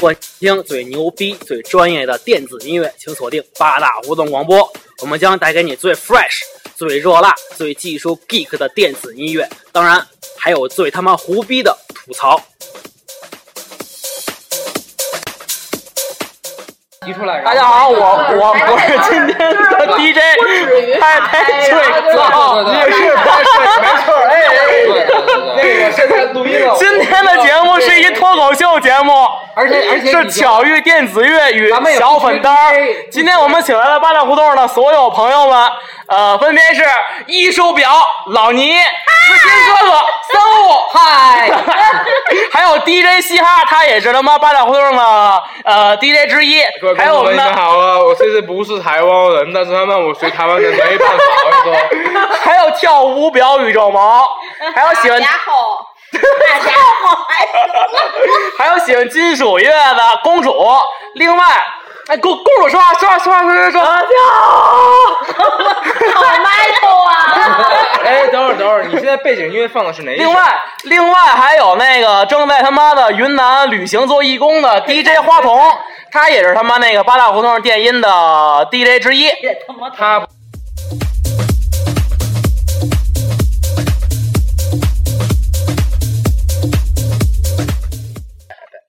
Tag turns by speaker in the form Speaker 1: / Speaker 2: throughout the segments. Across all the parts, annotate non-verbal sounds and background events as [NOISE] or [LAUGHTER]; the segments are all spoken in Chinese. Speaker 1: 关听最牛逼、最专业的电子音乐，请锁定八大胡同广播，我们将带给你最 fresh、最热辣、最技术 geek 的电子音乐，当然还有最他妈胡逼的吐槽。
Speaker 2: 提出来，
Speaker 1: 大家好，我
Speaker 2: 哎
Speaker 1: 我我是今天的 DJ，太
Speaker 3: 哎
Speaker 1: 太最自豪，
Speaker 2: 对对对对
Speaker 1: 也是太帅，没错，哎
Speaker 2: 对对
Speaker 1: 哎。哎
Speaker 2: 对对，那个现在录音了。
Speaker 1: 今天的节目是一脱口秀节目，
Speaker 2: 而且而且
Speaker 1: 是巧遇电子乐与
Speaker 2: 咱们也不
Speaker 1: 小粉单儿
Speaker 2: 是 DJ
Speaker 1: 今天我们请来了八大胡同的所有朋友们，呃，分别是艺术表、老倪、知心哥哥、三五。
Speaker 2: 哎嗨，
Speaker 1: [LAUGHS] 还有 DJ 嘻哈，他也是他妈八大胡同的呃 DJ 之一
Speaker 4: 各位。
Speaker 1: 还
Speaker 4: 观
Speaker 1: 有我
Speaker 4: 众
Speaker 1: 们
Speaker 4: 们，你们
Speaker 1: 的，
Speaker 4: 好啊！我虽然不是台湾人，但是他让我学台湾人没办法。我跟你说，
Speaker 1: 还有跳舞表宇宙毛，还有
Speaker 5: [LAUGHS]
Speaker 1: 喜欢
Speaker 6: 大家好，大家好，还行。
Speaker 1: 还有喜欢金属乐的公主，另外，哎，公公主说话说话说话说话说话，
Speaker 6: 好 Michael 啊！
Speaker 4: [LAUGHS] 哎，等会儿等会儿，你现在背景音乐放的是哪一首？
Speaker 1: 另外另外还有那个正在他妈的云南旅行做义工的 DJ 花童，他也是他妈那个八大胡同电音的 DJ 之一。
Speaker 6: 这他妈太
Speaker 4: 他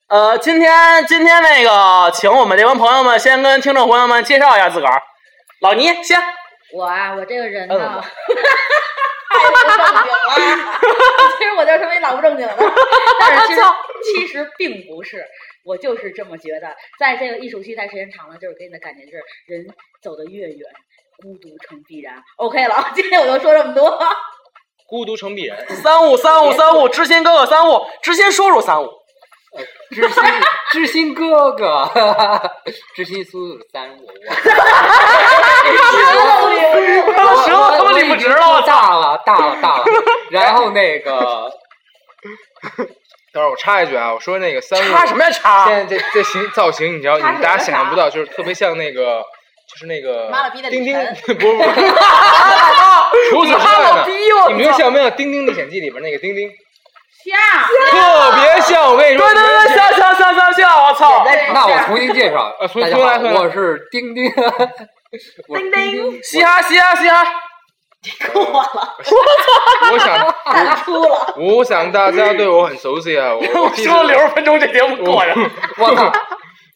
Speaker 1: 呃，今天今天那个，请我们这帮朋友们先跟听众朋友们介绍一下自个儿。老倪先，
Speaker 6: 我啊，我这个人
Speaker 1: 嗯
Speaker 6: 呢，太不正经了。其实我就是为老不正经的，但是其实其实并不是，我就是这么觉得。在这个艺术区待时间长了，就是给你的感觉就是人走得越远，孤独成必然。OK 了，今天我就说这么多。
Speaker 4: 孤独成必然。
Speaker 1: 三五三五三五，知心哥哥三五，知心叔叔三五。
Speaker 2: 知心知心哥哥，知心叔叔三五。
Speaker 1: 舌头他妈捋不直了，我操！
Speaker 2: 大了大了大了。然后那个
Speaker 4: 等会儿我插一句啊，我说那个三
Speaker 1: 插什
Speaker 4: 五，
Speaker 1: 么呀插
Speaker 4: 现？在这这形造型，你知道，你
Speaker 6: 插什么
Speaker 4: 们大家想象不到，就是特别像那个，就是那个
Speaker 6: 妈了逼的
Speaker 4: 丁
Speaker 6: 李
Speaker 4: 丁，
Speaker 6: 晨
Speaker 4: [LAUGHS] 不不不，
Speaker 1: 哎
Speaker 4: 除此之外
Speaker 1: 妈了
Speaker 4: 呢
Speaker 1: 逼我操，哎
Speaker 4: 你们想没有《丁丁历险记》里边那个丁丁？
Speaker 6: 像
Speaker 4: 特别像，我跟你
Speaker 1: 对
Speaker 4: 说，
Speaker 1: 对对，对像像像像像，我操！
Speaker 2: 那我重新介绍
Speaker 4: 呃，重
Speaker 2: 大家
Speaker 4: 重来重来
Speaker 2: 好，我是丁丁，我是丁丁。
Speaker 1: 嘻哈嘻哈嘻哈，
Speaker 6: 过了，
Speaker 4: 我想
Speaker 6: 淡出了。
Speaker 4: 我想大家对我很熟悉啊，我
Speaker 1: [LAUGHS] [LAUGHS] 我
Speaker 4: 其实
Speaker 1: 说了六十分钟这节目过去了。
Speaker 2: 我操！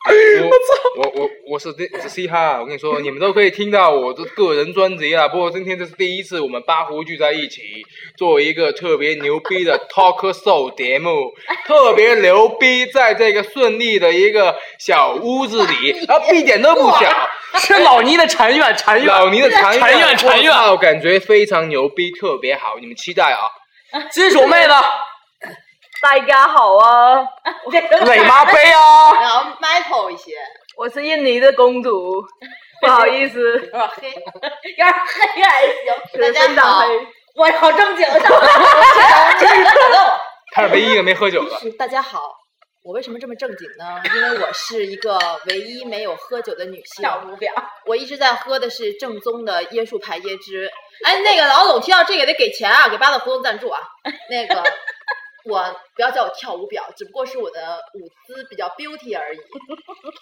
Speaker 4: 我我我我是我是嘻哈，啊我跟你说，你们都可以听到我的个人专辑啊。不过今天这是第一次我们八胡聚在一起，做一个特别牛逼的 talk show 节目，特别牛逼，在这个顺利的一个小屋子里，啊，一点都不小。
Speaker 1: [LAUGHS] 是老倪的禅院，禅院。
Speaker 4: 老倪的禅
Speaker 1: 禅院禅院
Speaker 4: 我感觉非常牛逼，特别好，你们期待啊！
Speaker 1: 金属妹子，
Speaker 7: [LAUGHS] 大家好啊，
Speaker 1: 磊妈杯啊！
Speaker 6: 然后 Michael 一些，
Speaker 7: 我是印尼的公主，不好意思，
Speaker 6: 有点黑，有点黑还行。
Speaker 7: 是
Speaker 6: 大
Speaker 7: 真
Speaker 6: 家
Speaker 7: 的
Speaker 6: 好，
Speaker 7: 黑。
Speaker 6: 我好正经的，这是打漏。
Speaker 4: 他是唯一一个没喝酒的。
Speaker 8: 大家好，我为什么这么正经呢？因为我是一个唯一没有喝酒的女性，
Speaker 6: 跳舞表，
Speaker 8: 我一直在喝的是正宗的椰树牌椰汁。哎，那个老总听到这个得给钱啊，给八大胡同赞
Speaker 6: [LAUGHS]
Speaker 8: 助啊。那个，我不要叫我跳舞表，只不过是我的舞姿比较 beauty 而已。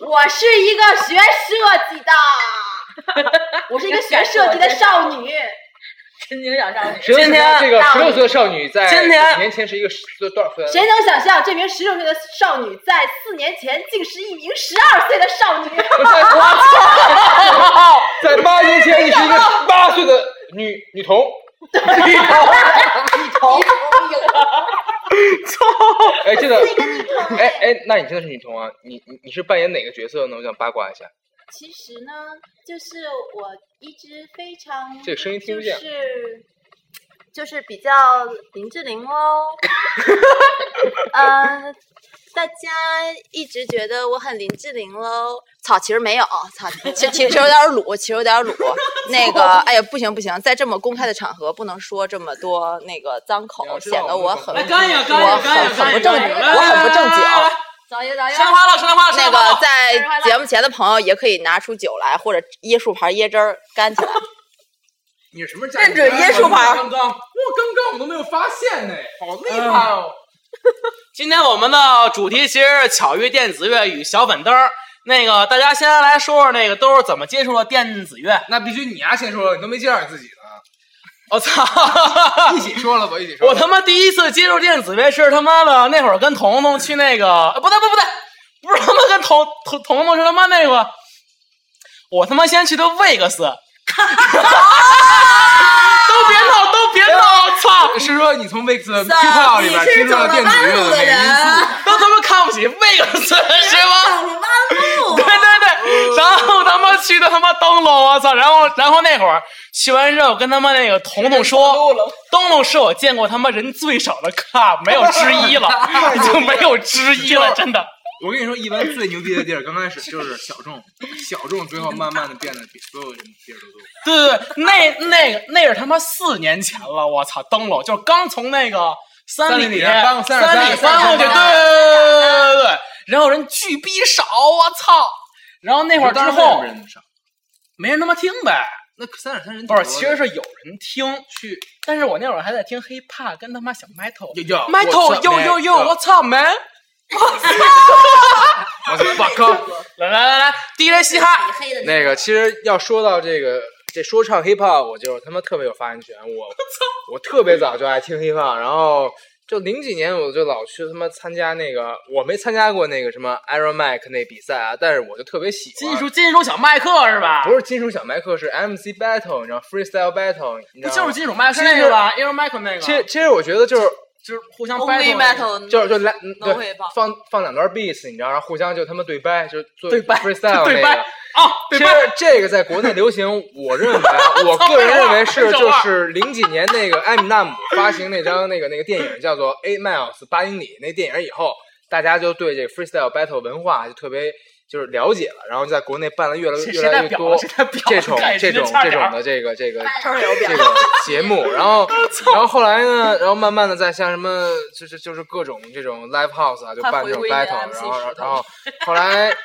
Speaker 8: 我是一个学设计的，
Speaker 6: [LAUGHS]
Speaker 8: 我是一个学设计的少女。
Speaker 6: 神经小少女。
Speaker 4: 十六岁的这个十六岁的少女在
Speaker 1: 今天
Speaker 4: 几年前是一个十多少岁？啊
Speaker 8: 谁能想象这名十六岁的少女在四年前竟是一名十二岁的少女？
Speaker 4: 在八年前你是一个十八岁的女女童。哎，真的，哎哎，那你真的是女童啊？你你你是扮演哪个角色呢？我想八卦一下。
Speaker 8: 其实呢，就是我一直非常
Speaker 4: 这个声音听
Speaker 8: 就
Speaker 4: 不见。
Speaker 8: 是就是比较林志玲哦，呃，大家一直觉得我很林志玲喽。草其实没有，草其实其实有点鲁，其实有点鲁。那个，
Speaker 4: [LAUGHS]
Speaker 8: 哎呀，不行不行，在这么公开的场合不能说这么多那个脏口
Speaker 4: 你要，知道
Speaker 8: 显得
Speaker 4: 我
Speaker 8: 我
Speaker 4: 们
Speaker 8: 很
Speaker 4: 哎
Speaker 1: 干呀干
Speaker 8: 我
Speaker 1: 呀干呀
Speaker 8: 很
Speaker 1: 干呀
Speaker 8: 很不正
Speaker 1: 干
Speaker 8: 经，
Speaker 1: 呀哎
Speaker 8: 我很不正经。
Speaker 1: 啊
Speaker 6: 早爷早爷，
Speaker 1: 山花了，山花了，
Speaker 8: [LAUGHS] 那
Speaker 1: 山花 [LAUGHS]
Speaker 8: 个
Speaker 1: 了。
Speaker 8: 在节目前的朋友也可以拿出酒来，或者椰树牌椰汁儿干
Speaker 7: [LAUGHS]
Speaker 8: 起来。
Speaker 4: 你是什么？
Speaker 7: 认准椰树牌
Speaker 4: 刚刚，哇，刚刚我都没有发现呢，好厉害哦！
Speaker 1: 今天我们的主题其实是巧遇电子乐与小粉灯儿。那个，大家先来说说那个都是怎么接触的电子乐。
Speaker 4: 那必须你丫先说，你都没介绍你自己呢。
Speaker 1: 我、操！
Speaker 4: 一起说了吧，一起说。
Speaker 1: 我他妈第一次接触电子乐是他妈的那会儿跟彤彤去那个，呃不对不对不对，不是他妈跟彤彤彤彤是他妈那个，我他妈先去的魏克斯。 [LAUGHS] 都别闹，都别闹！操，
Speaker 4: 是说你从
Speaker 7: [LAUGHS]
Speaker 4: Mix Q 里边听到电子乐的美
Speaker 7: 啊
Speaker 4: 因
Speaker 1: [LAUGHS]
Speaker 4: 素？
Speaker 1: 都他妈看不起魏克斯 [LAUGHS] 是吗？
Speaker 6: 走了弯
Speaker 1: [LAUGHS] 对
Speaker 6: 路。
Speaker 1: 对对，然后他妈去的他妈灯笼，我操！然后然后那会儿去完之后，跟他妈那个彤彤
Speaker 4: [LAUGHS]
Speaker 1: 说，灯笼是我见过他妈人最少的 club，没有之一
Speaker 4: [LAUGHS]
Speaker 1: 了，
Speaker 4: 哎
Speaker 1: 已经没有之一了，真的。
Speaker 4: 我跟你说，一般最牛逼的地儿，刚开始就是小众，小众最后慢慢的变得比所有人地儿都多。
Speaker 1: 对对对，那那个那是他妈四年前了，我操！灯笼就是刚从那个三
Speaker 4: 三里
Speaker 1: 里
Speaker 4: 里刚
Speaker 1: 三
Speaker 4: 三十三
Speaker 1: 里翻过去，对对
Speaker 4: 三十
Speaker 1: 对对对对，然后人巨逼少，我操！然后那会儿之
Speaker 4: 当然
Speaker 1: 后
Speaker 4: 没有人少，
Speaker 1: 没人他妈听呗。
Speaker 4: 那三十三人
Speaker 1: 不是，其实是有人听去，但是我那会儿还在听 hiphop，跟他妈小 metal。metal 哟哟哟，我操 man！
Speaker 4: 我操！
Speaker 1: 来来来来，DJ 嘻哈，
Speaker 6: 黑的
Speaker 4: 那个，其实要说到这个这说唱 hiphop，我就他妈特别有发言权。我我特别早就爱听 hiphop，然后就零几年我就老去他妈参加那个，我没参加过那个什么 Iron Mike 那比赛啊，但是我就特别喜欢。
Speaker 1: 金属金属小麦克是吧？
Speaker 4: 不是金属小麦克，是 MC battle，你知道 freestyle battle，你知道
Speaker 1: 不就是
Speaker 4: 是
Speaker 1: 金属麦克那个吧？Air Michael 那个，
Speaker 4: 其实其实我觉得就是
Speaker 1: 就是互相
Speaker 7: Only
Speaker 1: battle 那个。
Speaker 7: battle
Speaker 4: 就是就来嗯
Speaker 7: 能
Speaker 4: 对
Speaker 7: 会吧
Speaker 4: 放放两段 beats，你知道，然后互相就他妈对掰，就是做
Speaker 1: 对掰
Speaker 4: freestyle 那
Speaker 1: 对掰
Speaker 4: 个。
Speaker 1: 啊，对
Speaker 4: [LAUGHS] 其
Speaker 1: 吧？
Speaker 4: 实这个在国内流行，我认为
Speaker 1: [LAUGHS]
Speaker 4: 啊，我个人认为是就是零几年那个艾米纳姆发行那张那个那个电影叫做《Eight Miles》八英里那电影以后，大家就对这个 freestyle battle 文化就特别就是了解了，然后在国内办的越来
Speaker 1: 谁
Speaker 4: 越
Speaker 1: 谁
Speaker 4: 来
Speaker 1: 在
Speaker 4: 越
Speaker 1: 表
Speaker 4: 多
Speaker 1: 了？谁在表了？
Speaker 4: 这种
Speaker 1: 看
Speaker 4: 这
Speaker 1: 谁
Speaker 4: 种
Speaker 1: 差
Speaker 4: 这
Speaker 1: 点儿
Speaker 4: 种的这个这个
Speaker 6: 上有
Speaker 4: 这个节目，然后然后后来呢，然后慢慢的在像什么就是就是各种这种 live house 啊，就
Speaker 7: 快
Speaker 4: 办
Speaker 7: 回
Speaker 4: 这种
Speaker 7: 归那
Speaker 4: battle，
Speaker 7: MC
Speaker 4: 然后
Speaker 7: 石头
Speaker 4: 然后后来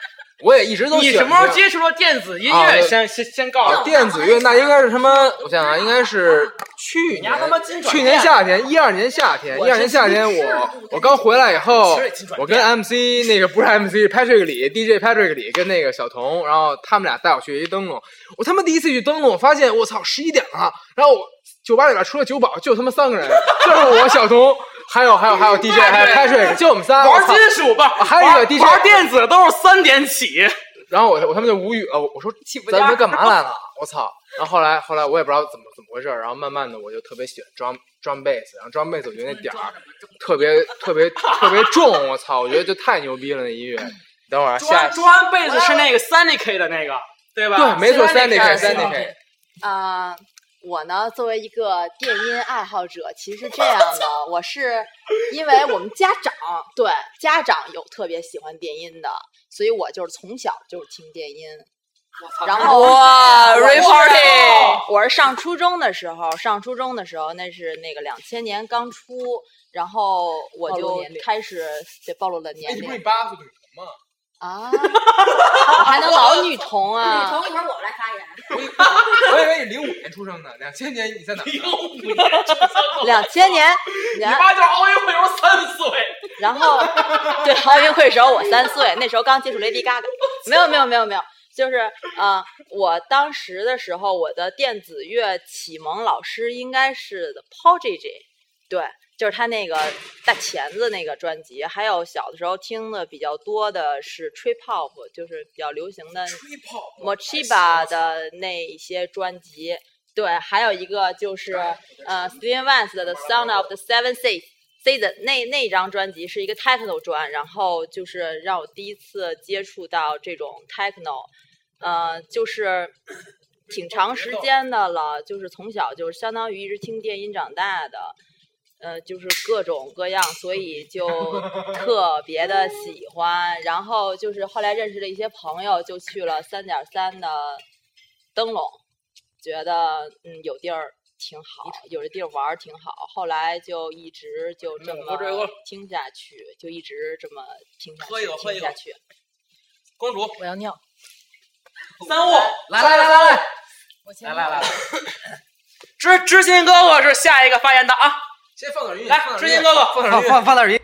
Speaker 4: 我也一直都
Speaker 1: 你
Speaker 4: 选
Speaker 1: 什么时
Speaker 4: 择
Speaker 1: 候接触到电子音
Speaker 4: 啊
Speaker 1: 乐？先先先告诉
Speaker 4: 啊，
Speaker 1: 我。
Speaker 4: 电子乐那应该是什么？我想啊想，应该是去
Speaker 1: 你丫
Speaker 4: 年
Speaker 1: 他妈金转
Speaker 4: 去年
Speaker 1: 变
Speaker 4: 夏天，一二年夏天，一二年夏天我我刚回来以后
Speaker 1: 其实也金，转
Speaker 4: 我跟 MC 那个不是 MC Patrick 李 DJ Patrick 李跟那个小童，然后他们俩带我去一灯笼，我他妈第一次去灯笼，我发现我操十一点了，然后我酒吧里边除了酒保就他妈三个人， [LAUGHS] 就是我小童，还有还有还有 DJ 还有 Patrick，就我们仨，我
Speaker 1: 玩
Speaker 4: 操
Speaker 1: 金属吧，
Speaker 4: 还有一个
Speaker 1: 玩
Speaker 4: DJ
Speaker 1: 玩电子都是三点起。
Speaker 4: 然后我我他们就无语了，我我说咱们干嘛来了？我操！然后后来后来我也不知道怎么怎么回事儿，然后慢慢的我就特别喜欢 drum drum bass，然后 drum bass 我觉得那点儿特别特别特别重，我操！我觉得就太牛逼了那音乐。等会儿啊
Speaker 1: 朱
Speaker 4: 下
Speaker 1: 安朱安贝斯是那个三 D K 的那个，对吧？
Speaker 4: 对，没错，三 D K
Speaker 1: 是
Speaker 4: 三
Speaker 1: 吧
Speaker 4: D K，
Speaker 8: 啊、我呢，作为一个电音爱好者，其实这样的，我是因为我们家长对家长有特别喜欢电音的，所以我就是从小就是听电音。然后
Speaker 7: 哇
Speaker 8: 我是
Speaker 7: reporting，
Speaker 8: 我是上初中的时候，上初中的时候那是那个两千年刚出，然后我
Speaker 7: 暴露
Speaker 8: 就
Speaker 7: 年龄
Speaker 8: 开始对暴露了
Speaker 4: 哎
Speaker 8: 年龄
Speaker 4: 八岁嘛，
Speaker 8: 啊，我还能老女
Speaker 7: [LAUGHS]
Speaker 8: 童啊，
Speaker 6: 女童一会儿我们来发言。
Speaker 4: 我以为你零五年出生的，两千年你在哪？
Speaker 1: [LAUGHS]
Speaker 8: 两千年，然
Speaker 1: 你妈就是奥运会时候三岁，
Speaker 8: 然后对奥运会时候我三岁，那时候刚接触 Lady Gaga，没有没有没有没有，就是啊、呃我当时的时候，我的电子乐启蒙老师应该是 The Paul J J，对，就是他那个大钳子那个专辑，还有小的时候听的比较多的是 Trip Hop，就是比较流行的 Mochiba 的那一些专辑。对，还有一个就是呃 Steven Vance 的《The Sound of the Seven Seas》。Season 那那张专辑是一个 techno 专，然后就是让我第一次接触到这种 techno，呃，就是挺长时间的了，就是从小就是相当于一直听电音长大的，呃，就是各种各样，所以就
Speaker 1: [LAUGHS]
Speaker 8: 特别的喜欢。然后就是后来认识了一些朋友，就去了三点三的灯笼，觉得嗯有地儿挺好，有这地儿玩儿挺好。后来就一直就这
Speaker 1: 猛
Speaker 8: 么
Speaker 1: 喝嗯这个
Speaker 8: 听下去，就一直这么听下
Speaker 1: 喝一
Speaker 8: 去
Speaker 1: 口，喝一
Speaker 8: 听下
Speaker 1: 口
Speaker 8: 去。
Speaker 1: 公主
Speaker 8: 我要尿。
Speaker 1: 三物，
Speaker 4: 来 [LAUGHS] 来来来来，
Speaker 8: 我先
Speaker 1: 来来来来，知知心哥哥是下一个发言的啊，
Speaker 4: 先放点音乐，
Speaker 1: 来，知心哥哥，
Speaker 4: 放放放点音。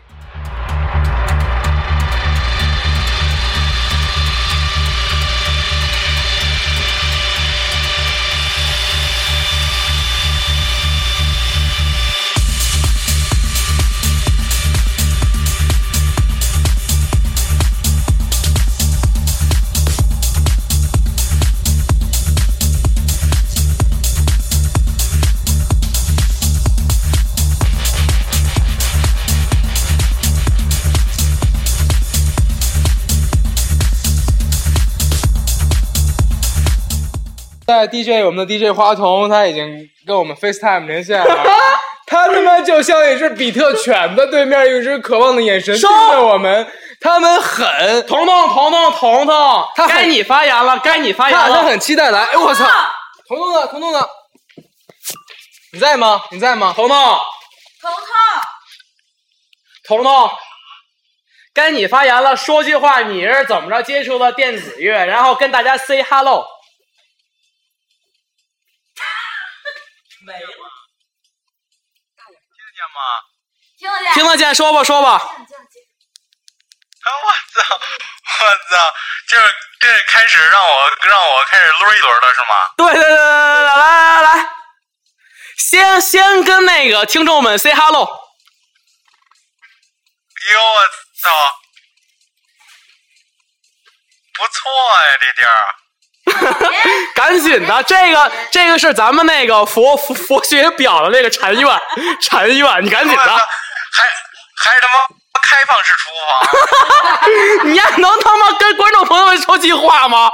Speaker 4: 在 DJ 我们的 DJ 花童，他已经跟我们 FaceTime 连线
Speaker 3: [LAUGHS]
Speaker 4: 了。他他妈就像一只比特犬在对面用一只渴望的眼神盯着我们，他们狠，彤彤彤彤彤彤，他
Speaker 3: 该
Speaker 4: 很
Speaker 3: 你发言了，啊该你发言
Speaker 4: 他他
Speaker 3: 了。
Speaker 4: 很期待来，哎我操，彤彤呢？彤彤呢？你在吗？你在吗？彤彤，
Speaker 5: 彤彤，
Speaker 4: 彤彤，
Speaker 3: 该你发言了，说句话，你是怎么着接触的电子乐，然后跟大家 say
Speaker 5: [LAUGHS]
Speaker 3: hello。
Speaker 5: 听得见？
Speaker 3: 听得见，说吧说吧。
Speaker 9: 我操！ [LAUGHS] 我操！就是这开始让我让我开始抡一轮了是吗？
Speaker 3: 对对对对对，来来来来，先先跟那个听众们 say hello。
Speaker 9: 哟哎我操！不错呀、这地儿。啊
Speaker 3: 赶紧的，这个这个是咱们那个佛佛佛学表的那个禅院，禅院，你赶紧
Speaker 9: 我操
Speaker 3: 的，！
Speaker 9: 还还是他妈开放式厨房。
Speaker 3: [LAUGHS]
Speaker 9: [LAUGHS]
Speaker 3: 你丫能他妈跟观众朋友们说句话吗？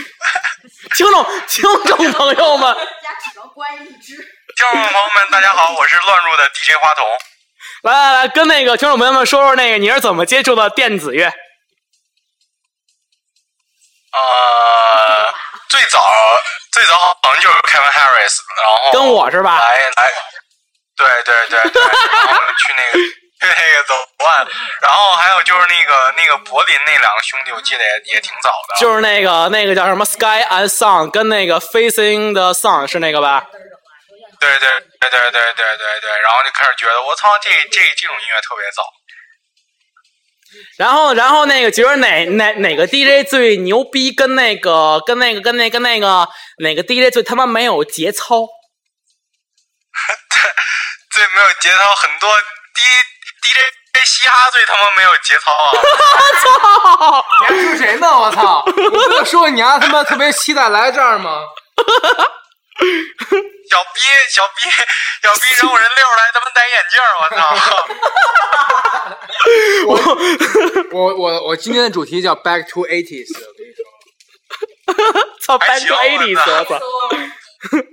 Speaker 3: [LAUGHS] 听众听众朋友们，
Speaker 5: 家只能关一只。
Speaker 9: 听众朋友们，大家好，我是乱入的 DJ 花童。
Speaker 3: 来来来，跟那个听众朋友们说说那个你是怎么接触的电子乐？
Speaker 9: 呃，最早最早好像就是 Kevin Harris，然后
Speaker 3: 跟我是吧？
Speaker 9: 来来，对对对对，然后去那个 [LAUGHS] 去那个走万，然后还有就是那个那个柏林那两个兄弟，我记得也也挺早的，
Speaker 3: 就是那个那个叫什么 Sky and Sun，跟那个 Facing the Sun 是那个吧？
Speaker 9: 对对对对对对对对，然后就开始觉得我操，这这这种音乐特别早，
Speaker 3: 然后，然后那个觉得哪哪哪个 DJ 最牛逼，跟那个跟那个跟那个跟那个哪个 DJ 最他妈没有节操？
Speaker 9: 最没有节操，很多 D DJ。嘻哈最他妈没有节操啊！
Speaker 4: 你还说谁呢？我操！我不是说你丫、他妈特别期待来这儿吗？
Speaker 9: 小逼小逼小逼扔我人溜儿来，他妈戴眼镜儿，我操！ [LAUGHS]
Speaker 4: 我我我今天的主题叫 Back to
Speaker 3: [LAUGHS]
Speaker 4: Eighties，我跟你说，
Speaker 3: 操
Speaker 9: 还
Speaker 3: ，Back
Speaker 9: 行
Speaker 3: to 80s，我操！
Speaker 9: 行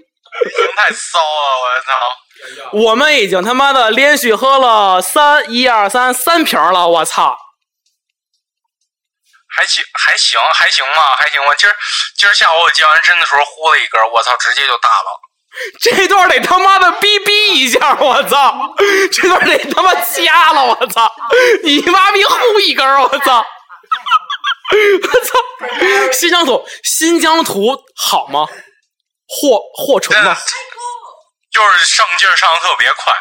Speaker 9: 太骚了，我操！
Speaker 3: 我们已经他妈的连续喝了三一二三三瓶了，我操！
Speaker 9: 还行，还行，还行吧，还行吧。今儿今儿下午我健完身的时候呼了一根，我操，直接就大了。
Speaker 3: 这段得他妈的逼逼一下，我操！这段得他妈掐了，我操！你妈逼呼一根儿，我操！我操！新疆土，新疆土好吗？货货纯
Speaker 9: 真
Speaker 3: 吗
Speaker 9: 的？，就是上劲儿上的特别快。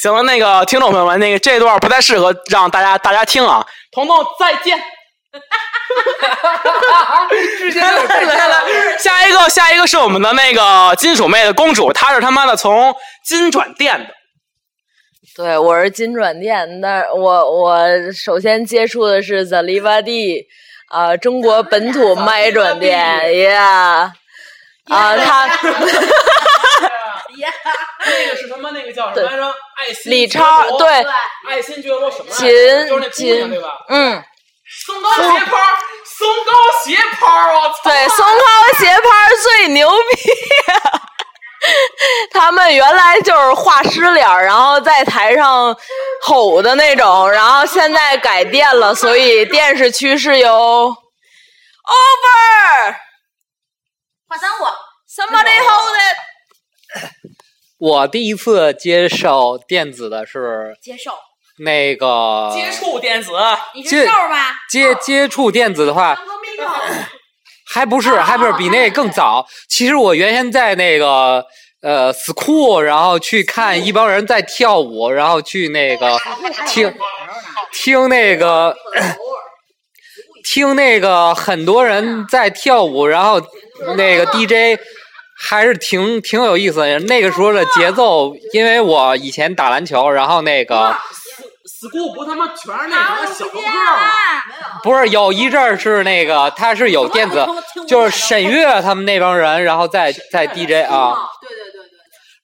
Speaker 3: 行了，那个听众朋友们，那个这段不太适合让大家大家听啊。彤彤，再见。来来来来，下一个下一个是我们的那个金属妹的公主，她是他妈的从金转店的。
Speaker 8: 对，我是金转店，但我我首先接触的是 The l i v a d i 啊、中国本土麦转店，Yeah，啊，他
Speaker 1: [LAUGHS]
Speaker 3: 那个是他妈那个叫
Speaker 8: 什么来
Speaker 3: 着？爱心
Speaker 8: 李超，对，
Speaker 3: 爱心俱乐部什么
Speaker 8: 来着秦就是那姑娘秦对
Speaker 3: 吧？
Speaker 8: 嗯。
Speaker 3: 松糕鞋拍，松糕鞋拍，我操！
Speaker 8: 对，松涛鞋拍最牛逼。 [LAUGHS] 他们原来就是画师脸儿，然后在台上吼的那种，然后现在改店了，所以店是趋势由 over
Speaker 5: 华三我
Speaker 8: somebody hold it。
Speaker 1: 我第一次接受电子的是
Speaker 5: 接受，
Speaker 1: 那个
Speaker 3: 接触电子，
Speaker 5: 你
Speaker 1: 这
Speaker 5: 是瘦吗？
Speaker 1: 接接触电子的话，
Speaker 5: 当个 Miko，
Speaker 1: 还不是，还不是比那更早。其实我原先在那个呃 school，然后去看一帮人在跳舞，然后去那个听听那个听那个很多人在跳舞，然后那个 DJ 还是挺挺有意思的。那个时候的节奏，因为我以前打篮球，然后那个
Speaker 3: school 不他妈全是那什么小哥们
Speaker 1: 不是有一阵儿是那个他是有电子，就是沈月他们那帮人，然后在在 DJ 啊。
Speaker 5: 对对对对，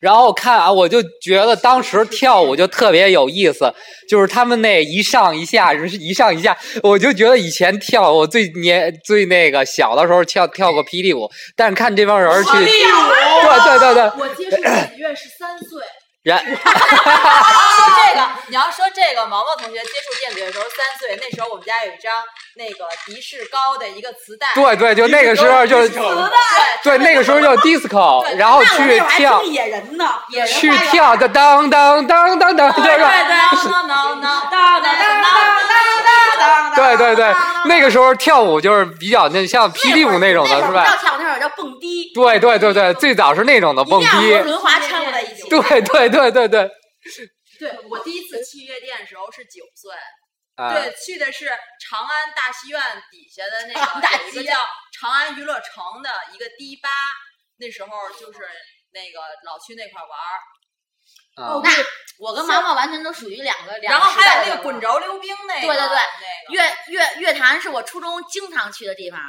Speaker 2: 然后看啊，我就觉得当时跳舞就特别有意思，就是他们那一上一下，一上一下，我就觉得以前跳我最年最那个小的时候跳跳过霹雳舞，但是看这帮人去，
Speaker 8: 霹
Speaker 3: 哎
Speaker 8: 雳舞
Speaker 2: 对对对对，
Speaker 8: 我接触紫苑是三岁。
Speaker 2: 然
Speaker 8: 说这个，你要说这个，毛毛同学接触电子乐的时候三岁，那时候我们家有一张那个迪士高的一个磁带，
Speaker 2: 对对，就那个时候就对那个时候就 disco，然后
Speaker 5: 那我
Speaker 2: 去
Speaker 5: 那会儿还
Speaker 2: 跳
Speaker 5: 听野人呢，
Speaker 8: 野人
Speaker 2: 去跳的当当当当当，就
Speaker 8: 哦对对
Speaker 2: 是。
Speaker 8: 对，能能能，当当当
Speaker 2: 对对对，那个时候跳舞就是比较那像霹雳舞那种的是
Speaker 5: 那会儿
Speaker 2: 吧？
Speaker 5: 不叫跳舞，那会儿叫蹦迪，
Speaker 2: 对对对对，最早是那种的蹦
Speaker 5: 一定要和
Speaker 2: 迪。
Speaker 5: 轮滑掺和在一起。
Speaker 2: 对对对对对。
Speaker 8: 对
Speaker 5: 嗯
Speaker 8: 我第一次去夜店的时候是九岁，
Speaker 2: 啊，
Speaker 8: 对，去的是长安大戏院底下的那
Speaker 5: 啊大
Speaker 8: 个有一 [LAUGHS]
Speaker 5: 戏
Speaker 8: 个
Speaker 5: 院
Speaker 8: 叫长安娱乐城的一个迪吧，那时候就是那个老去那块儿玩儿，
Speaker 2: 啊
Speaker 5: 那
Speaker 8: 我
Speaker 5: 我
Speaker 8: 跟
Speaker 5: 跟
Speaker 8: 毛
Speaker 5: 毛
Speaker 8: 毛，
Speaker 5: 毛完全都属于两个两
Speaker 8: 然
Speaker 5: 个
Speaker 8: 后
Speaker 5: 时代的人了。
Speaker 8: 还有那个滚轴溜冰那个，
Speaker 5: 对对对
Speaker 8: 那个。
Speaker 5: 乐乐乐坛是我初中经常去的地方，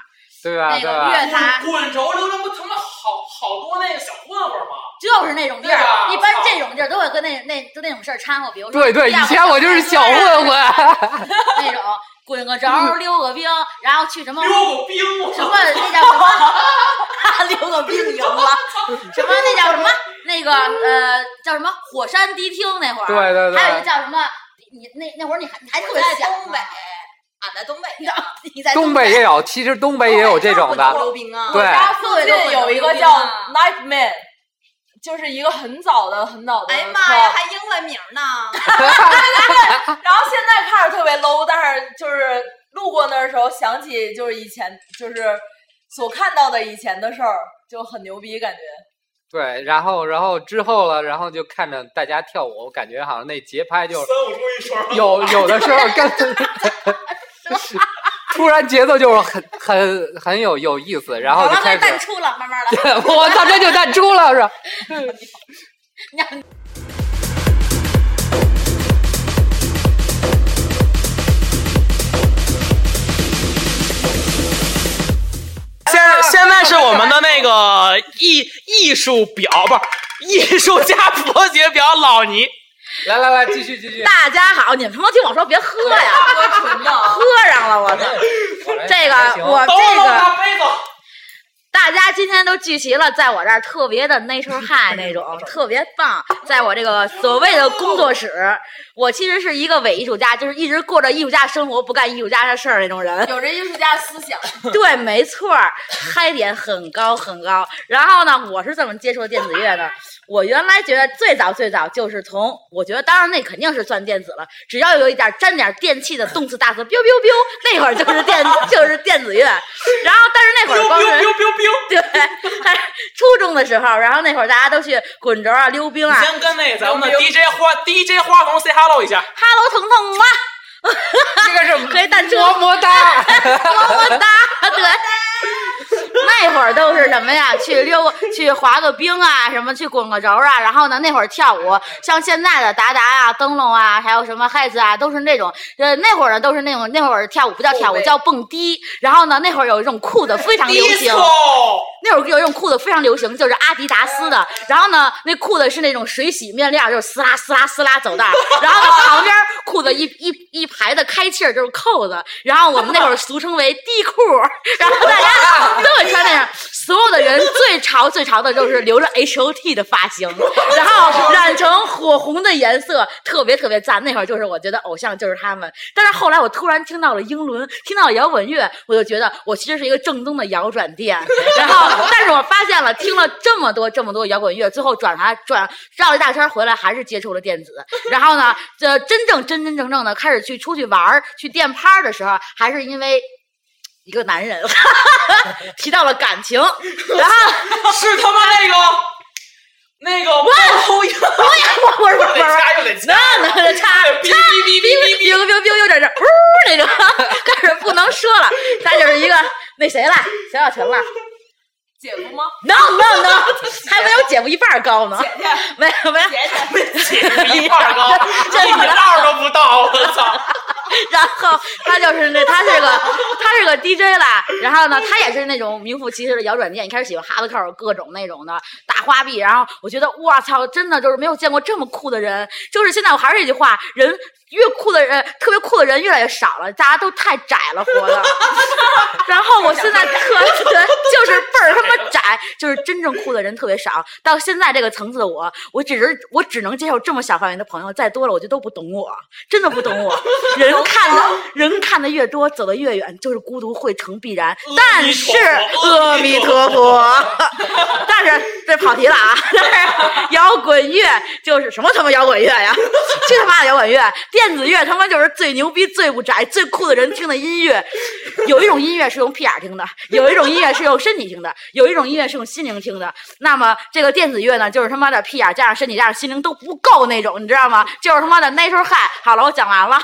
Speaker 2: 对吧？
Speaker 5: 那
Speaker 2: 啊对
Speaker 5: 个
Speaker 2: 吧？
Speaker 5: 乐坛
Speaker 3: 滚轴流浪不他妈好好多那个小混混吗？
Speaker 5: 就是那种地
Speaker 3: 对啊
Speaker 5: 儿，一般
Speaker 3: 操
Speaker 5: 这种地儿都会跟那那就那种事儿掺和，比如说
Speaker 2: 对对，以前我就是小混混。嗯
Speaker 5: 那种滚个轴儿、溜个冰，然后去什么
Speaker 3: 溜个冰
Speaker 2: 啊
Speaker 5: 什么那叫什么 [LAUGHS] 溜个冰赢了，什么那叫什么那个呃叫什么火山迪厅那会儿，
Speaker 2: 对对对
Speaker 5: 还有一个叫什么你那那会儿你还你还特
Speaker 8: 我
Speaker 5: 别
Speaker 8: 在
Speaker 5: 小
Speaker 8: 东北
Speaker 5: 呢，
Speaker 8: 俺在东北
Speaker 5: 你
Speaker 8: 呢，
Speaker 5: 在你在
Speaker 2: 东
Speaker 5: 北
Speaker 2: 北也有，其实东北也有这种
Speaker 8: 我
Speaker 2: 的。
Speaker 8: 溜冰啊，
Speaker 2: 对
Speaker 7: 家附
Speaker 5: 对
Speaker 7: 近有一
Speaker 5: 啊
Speaker 7: 个叫 Nightman，就是一个很早的很早的
Speaker 8: 哎呀妈呀，
Speaker 7: club
Speaker 8: 还英文名呢，
Speaker 7: [LAUGHS] 然后现在看着特别 low，但是就是路过那儿的时候想起就是以前就是所看到的以前的事儿，就很牛逼感觉。
Speaker 2: 对，然后然后之后了，然后就看着大家跳舞，我感觉好像那节拍就是
Speaker 3: 三五中一双， [LAUGHS]
Speaker 2: 有有的时候
Speaker 5: [LAUGHS]
Speaker 2: 跟， [LAUGHS] 突然节奏就是很很很有有意思，然后就开始淡出了，慢慢的， [LAUGHS] 我操，这就淡出了是吧？
Speaker 3: 现在现在是我们的那个艺艺术表，不是艺术家伯爵表老倪。
Speaker 2: 来来来，继续继续，
Speaker 5: [LAUGHS] 大家好，你们他妈听我说，别喝呀，
Speaker 8: 喝纯的，
Speaker 5: 喝上了哎我操！这个我
Speaker 3: 都
Speaker 5: 这个
Speaker 3: 拿杯子，
Speaker 5: 大家今天都聚齐了，在我这儿特别的 nature high 那种，特别棒。在我这个所谓的工作室，我其实是一个伪艺术家，就是一直过着艺术家生活，不干艺术家的事儿那种人。
Speaker 8: 有着艺术家的思想，
Speaker 5: 对，没错儿，嗨点很高很高。然后呢，我是怎么接触电子乐的？我原来觉得最早最早就是从，我觉得当然那肯定是算电子了，只要有一点沾点电器的动次大次，biu biu biu，那会儿就是电就是电子乐。然后但是那会儿帮人。 [LAUGHS] 对， [LAUGHS] 但是初中的时候，然后那会儿大家都去滚轴啊、溜冰啊
Speaker 3: 先跟那咱们的 DJ 花 DJ 花童 say hello 一下。
Speaker 5: ，Hello 疼疼吗？
Speaker 2: 这个
Speaker 5: [LAUGHS]
Speaker 2: 是
Speaker 5: 可以单车
Speaker 2: 么
Speaker 5: [LAUGHS]
Speaker 2: 么哒，
Speaker 5: 么么哒，对。那会儿都是什么呀？去溜、去滑个冰啊，什么去滚个轴啊，然后呢，那会儿跳舞，像现在的达达啊、灯笼啊，还有什么 h 子啊，都是那种，呃，那会儿呢都是那种，那会儿跳舞不叫跳舞，叫蹦迪。然后呢，那会儿有一种裤子非常流行。那会儿有一种裤子非常流行，就是阿迪达斯的。然后呢，那裤子是那种水洗面料，就是撕拉撕拉撕拉走道儿。然后呢，旁边裤子一一一排的开气儿就是扣子。然后我们那会儿俗称为地裤儿，然后大家都会穿那样。所有的人最潮最潮的就是留着 H O T 的发型，然后染成 [LAUGHS] 火红的颜色，特别特别赞。那会儿就是我觉得偶像就是他们。但是后来我突然听到了英伦，听到了摇滚乐，我就觉得我其实是一个正宗的摇转 [LAUGHS] 店。然后，但是我发现了，听了这么多这么多摇滚乐，最后转还转绕了一大圈回来，还是接触了电 [LAUGHS] 子。然后呢，这真正真真正正的开始去出去玩儿、去电趴儿的时候，还是因为。一个男人 [LAUGHS] 提到了感情，然后
Speaker 3: 是他妈那个 [LAUGHS] 那个猫呀，
Speaker 5: 我说我
Speaker 3: 又
Speaker 5: 说
Speaker 3: 得掐又得掐，
Speaker 5: [LAUGHS] 那那那差
Speaker 3: 哔哔哔哔哔
Speaker 5: 冰冰冰又在这呜那种， [LAUGHS] 开始不能说了，那就是一个那谁了，小小群了
Speaker 8: 姐夫吗？
Speaker 5: ，no no no，还没有姐夫一半儿高呢，
Speaker 8: 姐姐。
Speaker 5: 没有没有，
Speaker 3: [LAUGHS] 哔，一块儿高，
Speaker 5: 这
Speaker 3: 一
Speaker 5: 女
Speaker 3: 个
Speaker 5: 的
Speaker 3: 道儿都不到，我操！
Speaker 5: 然后他就是那他是个他是个 DJ 啦，然后呢，他也是那种名副其实的摇转店，一开始喜欢哈拉靠各种那种的大花臂，然后我觉得哇操，真的就是没有见过这么酷的人，就是现在我还是这句话，人越酷的人，特别酷的人越来越少了，大家都太窄了，活的。然后我现在特对，就是倍儿他妈窄，就是真正酷的人特别少。到现在这个层次的我，我只是我只能接受这么小范围的朋友，再多了我就都不懂我，真的不懂我。人看的人看的越多，走得越远，就是孤独会成必然。但是阿弥陀佛，但是这跑题了啊！但是摇滚乐就是什么他妈摇滚乐呀？ [LAUGHS] 去他妈的摇滚乐！电子乐他妈就是最牛逼、最不宅、最酷的人听的音乐。有一种音乐是用屁眼儿听的，有一种音乐是用身体听的，有一种音乐是用心灵听的。那么这个电子乐呢，就是他妈的屁眼儿加上身体加上心灵都不够那种，你知道吗？就是他妈的 natural high。好了，我讲完了。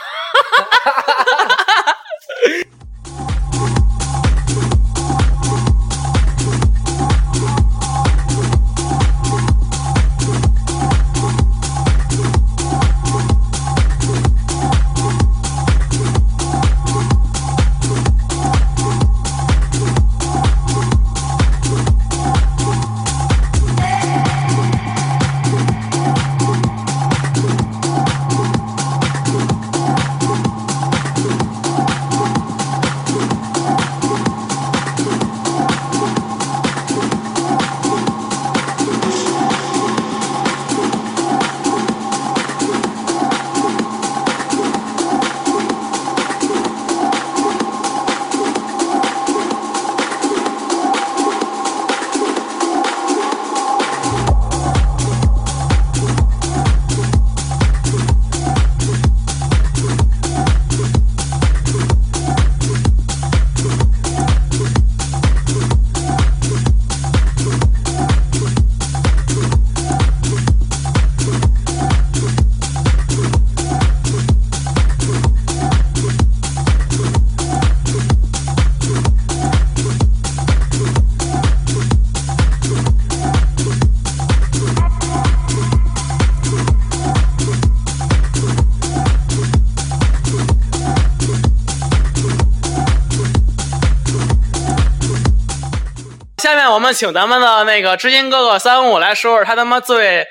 Speaker 3: 下面我们请咱们的那个知音哥哥三五来说说他他妈最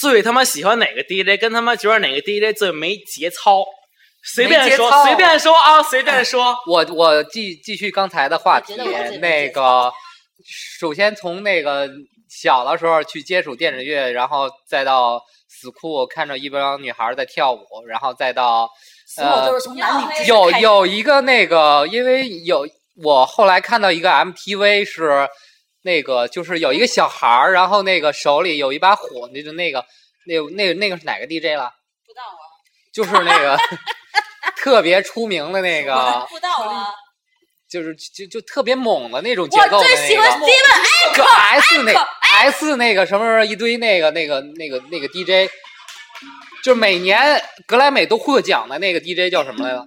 Speaker 3: 最他妈喜欢哪个 DJ，跟他妈觉得哪个 DJ 最没节操。随便
Speaker 2: 没节
Speaker 3: 说，
Speaker 2: 操
Speaker 3: 随便说啊，随便说。
Speaker 2: 我我继继续刚才的话题
Speaker 6: 我觉得我自己，
Speaker 2: 那个首先从那个小的时候去接触电子乐，然后再到 school 看着一帮女孩在跳舞，然后再到
Speaker 6: 我
Speaker 2: 呃
Speaker 6: 就是从男女之间
Speaker 2: 有
Speaker 6: 开始
Speaker 2: 有一个那个，因为有我后来看到一个 MTV 是那个，就是有一个小孩儿，然后那个手里有一把火，那就那个那那那个是哪个 DJ 了？
Speaker 6: 不到我，
Speaker 2: 就是那个特别出名的那个，
Speaker 6: 不到我，
Speaker 2: 就是就就特别猛的那种节奏的
Speaker 5: 最喜欢
Speaker 2: 那
Speaker 5: Steven
Speaker 2: 个。就 S 那 S 那个什么什么一堆那个那个那个那个 DJ，就每年格莱美都获奖的那个 DJ 叫什么来着？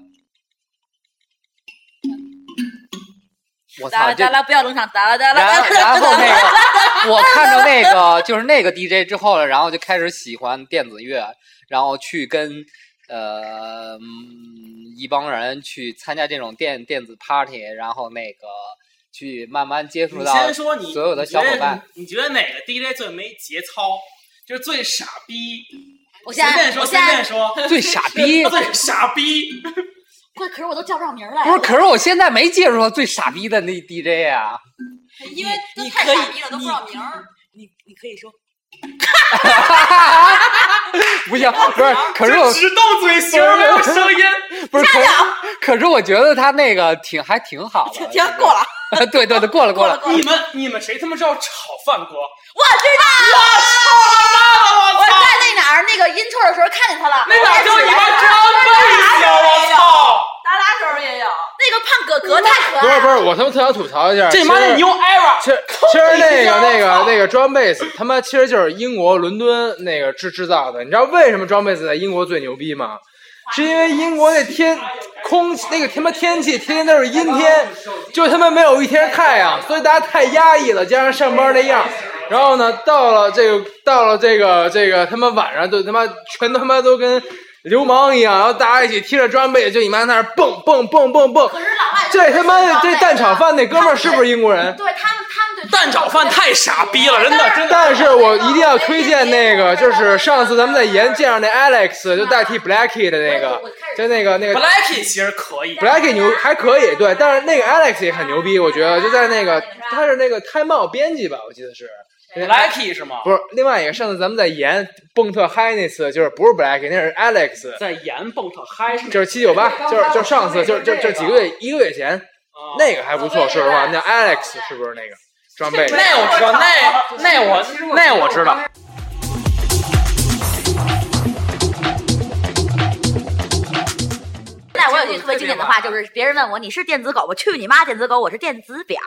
Speaker 2: 我操！
Speaker 5: 哒
Speaker 2: 这
Speaker 5: 哒啦，不要冷场，哒啦哒啦
Speaker 2: 然
Speaker 5: 哒
Speaker 2: 然
Speaker 5: 啦
Speaker 2: 后那个，我看着那个就是那个 DJ 之后了，然后就开始喜欢电子乐，然后去跟呃嗯一帮人去参加这种电电子 party，然后那个去慢慢接触
Speaker 3: 你
Speaker 2: 到
Speaker 3: 先说你
Speaker 2: 所有的小伙伴。
Speaker 3: 你觉得你觉得哪个 DJ 最没节操？就是最傻逼。
Speaker 5: 我
Speaker 3: 随
Speaker 5: 现在
Speaker 3: 便说，
Speaker 5: 我
Speaker 3: 随
Speaker 5: 现
Speaker 3: 便
Speaker 5: 在
Speaker 3: 说。
Speaker 2: [LAUGHS] 最傻
Speaker 3: [LAUGHS]
Speaker 2: 逼。
Speaker 3: 最傻逼。
Speaker 5: 快，可是我都叫不上名儿来
Speaker 2: 不是，可是我现在没接触到最傻逼的那 DJ 啊！
Speaker 6: 因为都
Speaker 3: 你
Speaker 6: 太
Speaker 3: 可以
Speaker 6: 傻逼了，都不知道名儿。
Speaker 5: 你你可以说，
Speaker 2: 不行，不是，可是我
Speaker 3: 只动嘴型，没有声音。 [LAUGHS]
Speaker 2: 不是，可是可是我觉得他那个挺还挺好的，
Speaker 5: 停过了，
Speaker 2: 了， [LAUGHS] 对对对，过了过了，
Speaker 3: 你们你们谁他妈知道炒饭锅？
Speaker 5: [LAUGHS] 我知道，我
Speaker 3: 我
Speaker 5: 在那哪儿那个音错的时候看见他了，
Speaker 3: 那哪叫一帮装背景？我操！
Speaker 6: 达达时候也有，
Speaker 5: 那个胖哥哥太可
Speaker 4: 不是
Speaker 5: 爱了，
Speaker 4: 不是，我他妈特想吐槽一下，
Speaker 3: 这妈
Speaker 4: 其
Speaker 3: 的
Speaker 4: 实
Speaker 3: 牛 era，
Speaker 4: [LAUGHS] 其实其实那个那个那个 drum bass，他妈其实就是英国伦敦那个制制造的。你知道为什么 drum bass 在英国最牛逼吗？是因为英国那天空气那个他妈天气天天都是阴天，就他妈没有一天太阳，所以大家太压抑了，加上上班那样。然啊后呢，到了这个，到了这个，这个他妈晚上就他妈全他妈都跟流氓一样，然后大家一起踢着装备，就你妈在那儿蹦蹦蹦蹦蹦。
Speaker 5: 可是老外
Speaker 4: 这他妈的这蛋炒饭那哥们儿是不是英国人？
Speaker 5: 对他们他们对
Speaker 3: 蛋炒饭太傻逼了，真的真的。
Speaker 4: 但是我一定要推荐那个，就是上次咱们在岩见上那 Alex 就代替 Blacky 的那个，就那个那个
Speaker 3: Blacky 其实可以，
Speaker 4: Blacky 牛还可以，对，但是那个 Alex 也很牛逼，我觉得就在那个他是那个 Time Out 编辑吧，我记得是。
Speaker 3: Blacky 是吗？
Speaker 4: 不是，另外一个上次咱们在盐蹦特嗨那次，就是不是 Blacky，那是 Alex，
Speaker 3: 在盐蹦特嗨是吗？
Speaker 4: 就是七九八，就是就是上次，就是就是就是几个月一个月前
Speaker 3: 啊
Speaker 4: 那个还不错，说实话，那 Alex 是不是那个装备？
Speaker 3: 那我知道，那那我那我知道。
Speaker 5: 现在我有句特别经典的话，就是别人问我你是电子狗，我去你妈电子狗，我是电子表。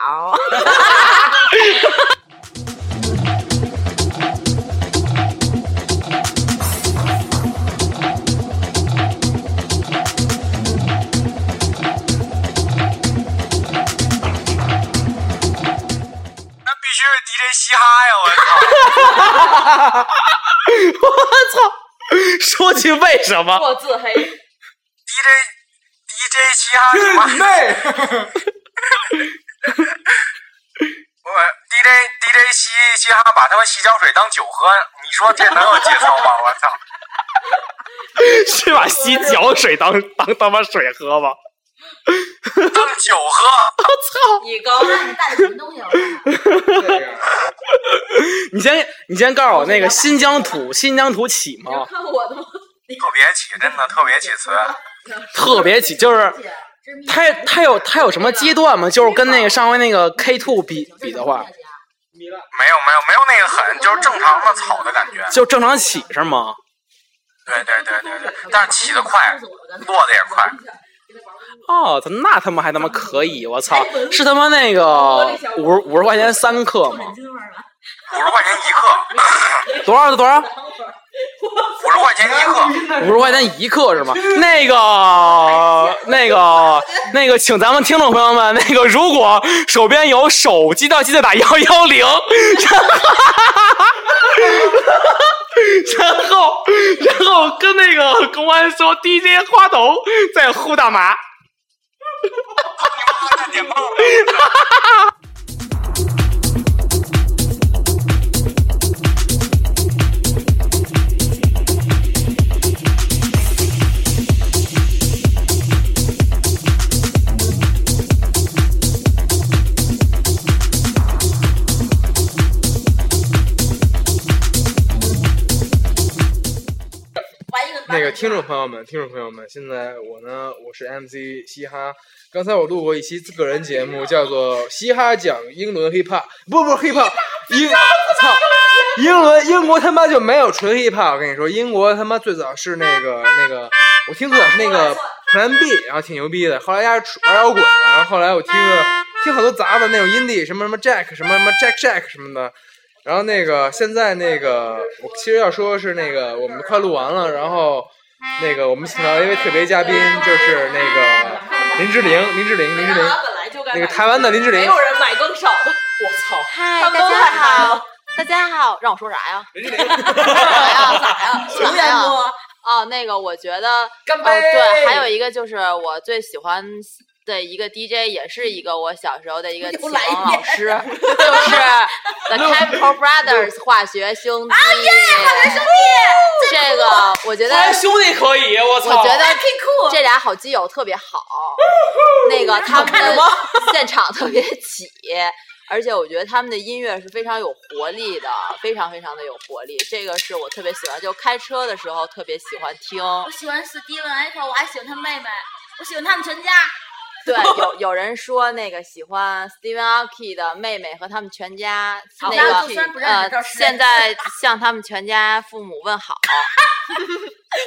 Speaker 9: 那必须是 DJ 嘻哈呀！我操，
Speaker 3: 说起为什么？
Speaker 1: 我自黑，
Speaker 9: DJ DJ 嘻哈什么？ [LAUGHS] 我 DJ DJ 嘻嘻哈把他们洗脚水当酒喝，你说这能有节操吗？我操！
Speaker 3: [LAUGHS] 是把洗脚水当 [LAUGHS] 当他妈水喝吗？
Speaker 9: 当酒喝，
Speaker 1: 你高
Speaker 5: 那你带的什么东西？啊
Speaker 3: 你先你先告诉我那个新疆
Speaker 2: [LAUGHS]
Speaker 3: 土新疆土起吗？
Speaker 1: 看我的吗？
Speaker 9: 特别起，真的特别起词。
Speaker 3: 特别起，就是它它有它有什么阶段吗？就是跟那个上回那个 K two 比比的话，
Speaker 9: 没有没有没有那个狠，就是正常的草的感觉。
Speaker 3: 就正常起是吗？
Speaker 9: 对对对对对，但是起得快，落得也快。
Speaker 3: 哦，那他妈还他妈可以，我
Speaker 2: 哎
Speaker 3: 操！是他妈那个五十五十块钱三克吗？
Speaker 9: 五十块钱一克，
Speaker 3: 多少多少？
Speaker 9: 五十块钱一克，
Speaker 3: 五十块钱一克是吗？那个那个那个，请咱们听众朋友们，那个如果手边有手机的，记得打幺幺零。然后，然后跟那个公安说 DJ 花头在呼大麻。
Speaker 9: 你妈的点炮！
Speaker 4: 那个听众朋友们，听众朋友们，现在我呢，我是 MC 嘻哈。刚才我录过一期个人节目，叫做《嘻哈讲英伦 hiphop》，不不
Speaker 5: [LAUGHS]
Speaker 4: hiphop，英操，英伦英国他妈就没有纯 hiphop。我跟你说，英国他妈最早是那个那个，我听最早是那个 Plan B，然后挺牛逼的。后来丫是玩摇滚，然后后来我听了听好多杂的那种 indie，什么什么 Jack，什么什么 Jack Jack 什么的。然后那个现在那个，我其实要说是那个，我们快录完了，然后那个我们请到一位特别嘉宾，就是那个林志玲，林志玲，林志玲，
Speaker 1: 本来就该
Speaker 4: 那个 [LAUGHS] 台湾的林志
Speaker 1: 没
Speaker 4: 玲
Speaker 1: 有，人买更少的。
Speaker 5: 嗨，
Speaker 1: 他们都
Speaker 5: 大家
Speaker 1: 在喊
Speaker 5: 好，大家好，让我说啥呀？
Speaker 1: 咋呀咋呀？
Speaker 5: 啥呀
Speaker 1: 无言多。
Speaker 8: 哦，那个我觉得，
Speaker 4: 干
Speaker 8: 哦，对，还有一个就是我最喜欢的一个 DJ，也是一个我小时候的一个启蒙老师，就是 [LAUGHS] The Chemical Brothers 化学兄弟。啊耶，化学兄弟！这个我觉得，
Speaker 3: 哎，兄弟可以，我
Speaker 8: 我
Speaker 3: 操！
Speaker 8: 觉得 [LAUGHS] 这俩好基友特别好，那个他们的 [LAUGHS] 现场特别起。而且我觉得他们的音乐是非常有活力的，非常非常的有活力，这个是我特别喜欢，就开车的时候特别喜欢听。
Speaker 5: 我喜欢 Steven Apple，我还喜欢他妹妹，我喜欢他们全家。
Speaker 8: 对，有有人说那个喜欢 Steven Aoki 的妹妹和他们全家，
Speaker 5: 好
Speaker 8: 那
Speaker 5: 吧
Speaker 8: 个
Speaker 5: 就虽然不认识
Speaker 8: 呃
Speaker 5: 但，是
Speaker 8: 现在 [LAUGHS] 嗯向他们全家父母问好。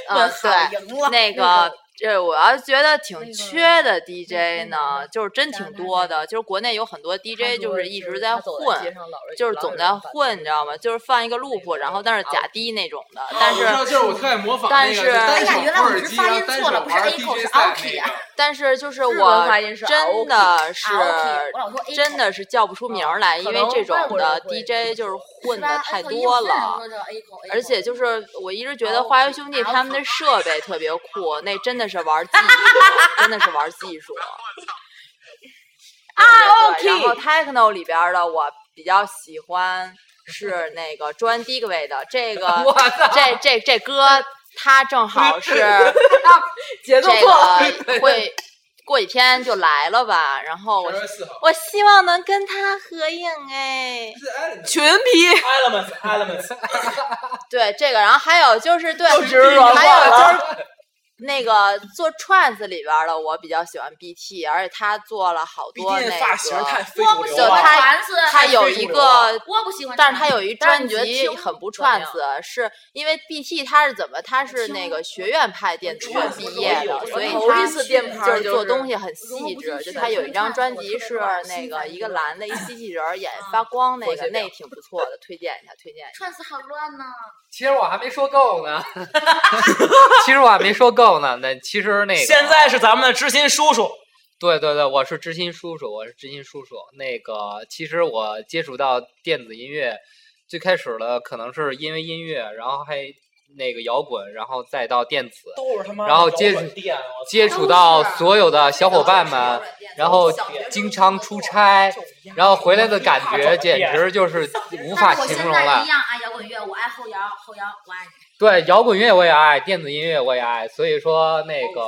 Speaker 8: 呃，对，
Speaker 1: 赢了
Speaker 8: 那个这我要觉得挺缺的 DJ 呢，就是真挺多的，就是国内有很多 DJ 就是一直在混，就是总在混，你知道吗？就是放一个 loop，然后但是假 D 那种的，但是
Speaker 7: 就是我特爱模仿
Speaker 8: 但
Speaker 7: 那个，
Speaker 8: 是
Speaker 7: 单手
Speaker 5: 哎呀原来我
Speaker 7: 耳
Speaker 5: 是
Speaker 7: 机，
Speaker 5: 发
Speaker 7: 然后
Speaker 5: 音
Speaker 7: 单
Speaker 5: 错了
Speaker 7: 手
Speaker 5: 不是
Speaker 7: 玩
Speaker 5: Aiko，
Speaker 7: DJ
Speaker 5: 是
Speaker 7: 赛
Speaker 5: Aoki
Speaker 7: 那
Speaker 5: 啊
Speaker 7: 个。
Speaker 8: 但是就是
Speaker 10: 日文
Speaker 8: 我
Speaker 10: 发音是
Speaker 8: 真的是
Speaker 5: Aoki，我老说 Aiko
Speaker 8: 真的是叫不出名儿来，因为这种的 DJ 就是混的太多了。，
Speaker 5: 哎
Speaker 8: 而且就是我一直觉得花园兄弟他们的设备特别酷，那真的是玩技术，真的是玩技术。啊，OK。然后 techno 里边的我比较喜欢是那个 John Digway 的这
Speaker 10: [LAUGHS]
Speaker 8: 个这这这歌，它正好是
Speaker 10: [LAUGHS] 节奏
Speaker 8: 这
Speaker 10: 错了，
Speaker 8: 个会过几天就来了吧？然后我
Speaker 7: 二月四号，
Speaker 8: 我希望能跟他合影哎。
Speaker 10: 群批
Speaker 1: Elements Elements，
Speaker 8: [LAUGHS] 对这个，然后还有就是对，
Speaker 10: 又直软
Speaker 8: 还
Speaker 10: 化
Speaker 8: 有
Speaker 10: 了
Speaker 8: 就是那个做 trance 里边的，我比较喜欢 BT，而且他做了好多那
Speaker 1: 那发型太
Speaker 8: 个，
Speaker 1: 非
Speaker 4: 啊
Speaker 1: 主流
Speaker 8: 就
Speaker 1: 了。
Speaker 8: 他
Speaker 5: 团子，
Speaker 8: 他有一个。
Speaker 5: 我不喜欢，
Speaker 8: 但是他有一
Speaker 5: 但是
Speaker 8: 专
Speaker 5: 你觉得
Speaker 8: 辑
Speaker 5: 听
Speaker 8: 很不
Speaker 5: 怎么
Speaker 8: trance，
Speaker 5: 样
Speaker 8: 是因为 BT 他是怎么？他是那个学院派电子乐毕业的，所以
Speaker 10: 头一
Speaker 8: 他
Speaker 10: 次电牌
Speaker 8: 就是
Speaker 10: 是
Speaker 8: 做东西很细
Speaker 5: 融不
Speaker 8: 致，
Speaker 5: 进去
Speaker 8: 就他有一张专辑是
Speaker 5: 我特别
Speaker 8: 那
Speaker 5: 喜欢
Speaker 8: 个一个蓝的，一机器人儿眼发光那个，那挺不错的，推荐一下，推荐一下。
Speaker 5: 串词好乱呢，
Speaker 2: 其实我还没说够呢， [LAUGHS] 其实我还没说够呢。那其实那个
Speaker 1: 现在是咱们的知心叔叔，
Speaker 2: 对对对，我是知心叔叔，我是知心叔叔。那个，其实我接触到电子音乐，最开始了可能是因为音乐，然后还那个摇滚，然后再到电子，
Speaker 1: 都是他妈
Speaker 2: 然后接
Speaker 1: 老软垫我操
Speaker 2: 接触到所有的小伙伴们，然后经常出差，然后回来的感觉简直就是无法
Speaker 5: 但是
Speaker 2: 形
Speaker 5: 我现
Speaker 2: 容
Speaker 5: 在
Speaker 2: 了
Speaker 5: 一。样爱摇滚乐，我爱后摇，后摇我爱你。
Speaker 2: 对，摇滚乐我也爱，电子音乐我也爱，所以说那个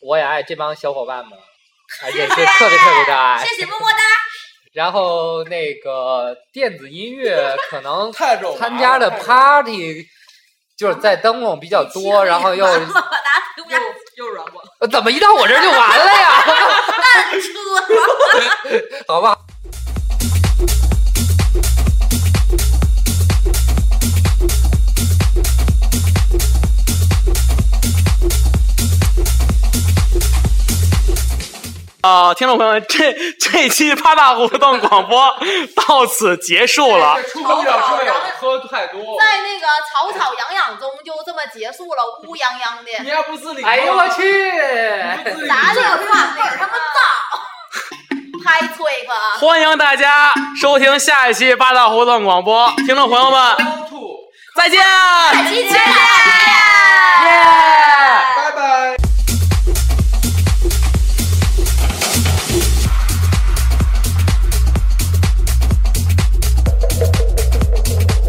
Speaker 2: 我也爱这帮小伙伴们，啊，也是特别特别
Speaker 8: [LAUGHS]
Speaker 2: 的爱。
Speaker 5: 谢谢么么哒。
Speaker 2: 然后那个电子音乐可能
Speaker 7: [LAUGHS] 太肉麻了
Speaker 2: 参加的 party 就是在灯笼比较多，然后又
Speaker 5: 完了我拿图片
Speaker 10: 又软过。
Speaker 2: 呃怎么一到我这儿就完了呀？ [LAUGHS]
Speaker 5: 弹出。
Speaker 2: 好吧，
Speaker 1: 啊、听众朋友们，这这期八大胡同广播到此结束了。
Speaker 7: 出乎意料之外，我喝太多。
Speaker 11: 在那个草草扬养中就这么结束了，乌泱泱
Speaker 7: 你
Speaker 11: 的。
Speaker 7: 要不自理，
Speaker 2: 哎呦我去！
Speaker 11: 咱这个范本他妈造，拍脆个啊！
Speaker 1: 欢迎大家收听下一期八大胡同广播，听众朋友们
Speaker 7: 高吐。
Speaker 1: 再见。
Speaker 11: 再见。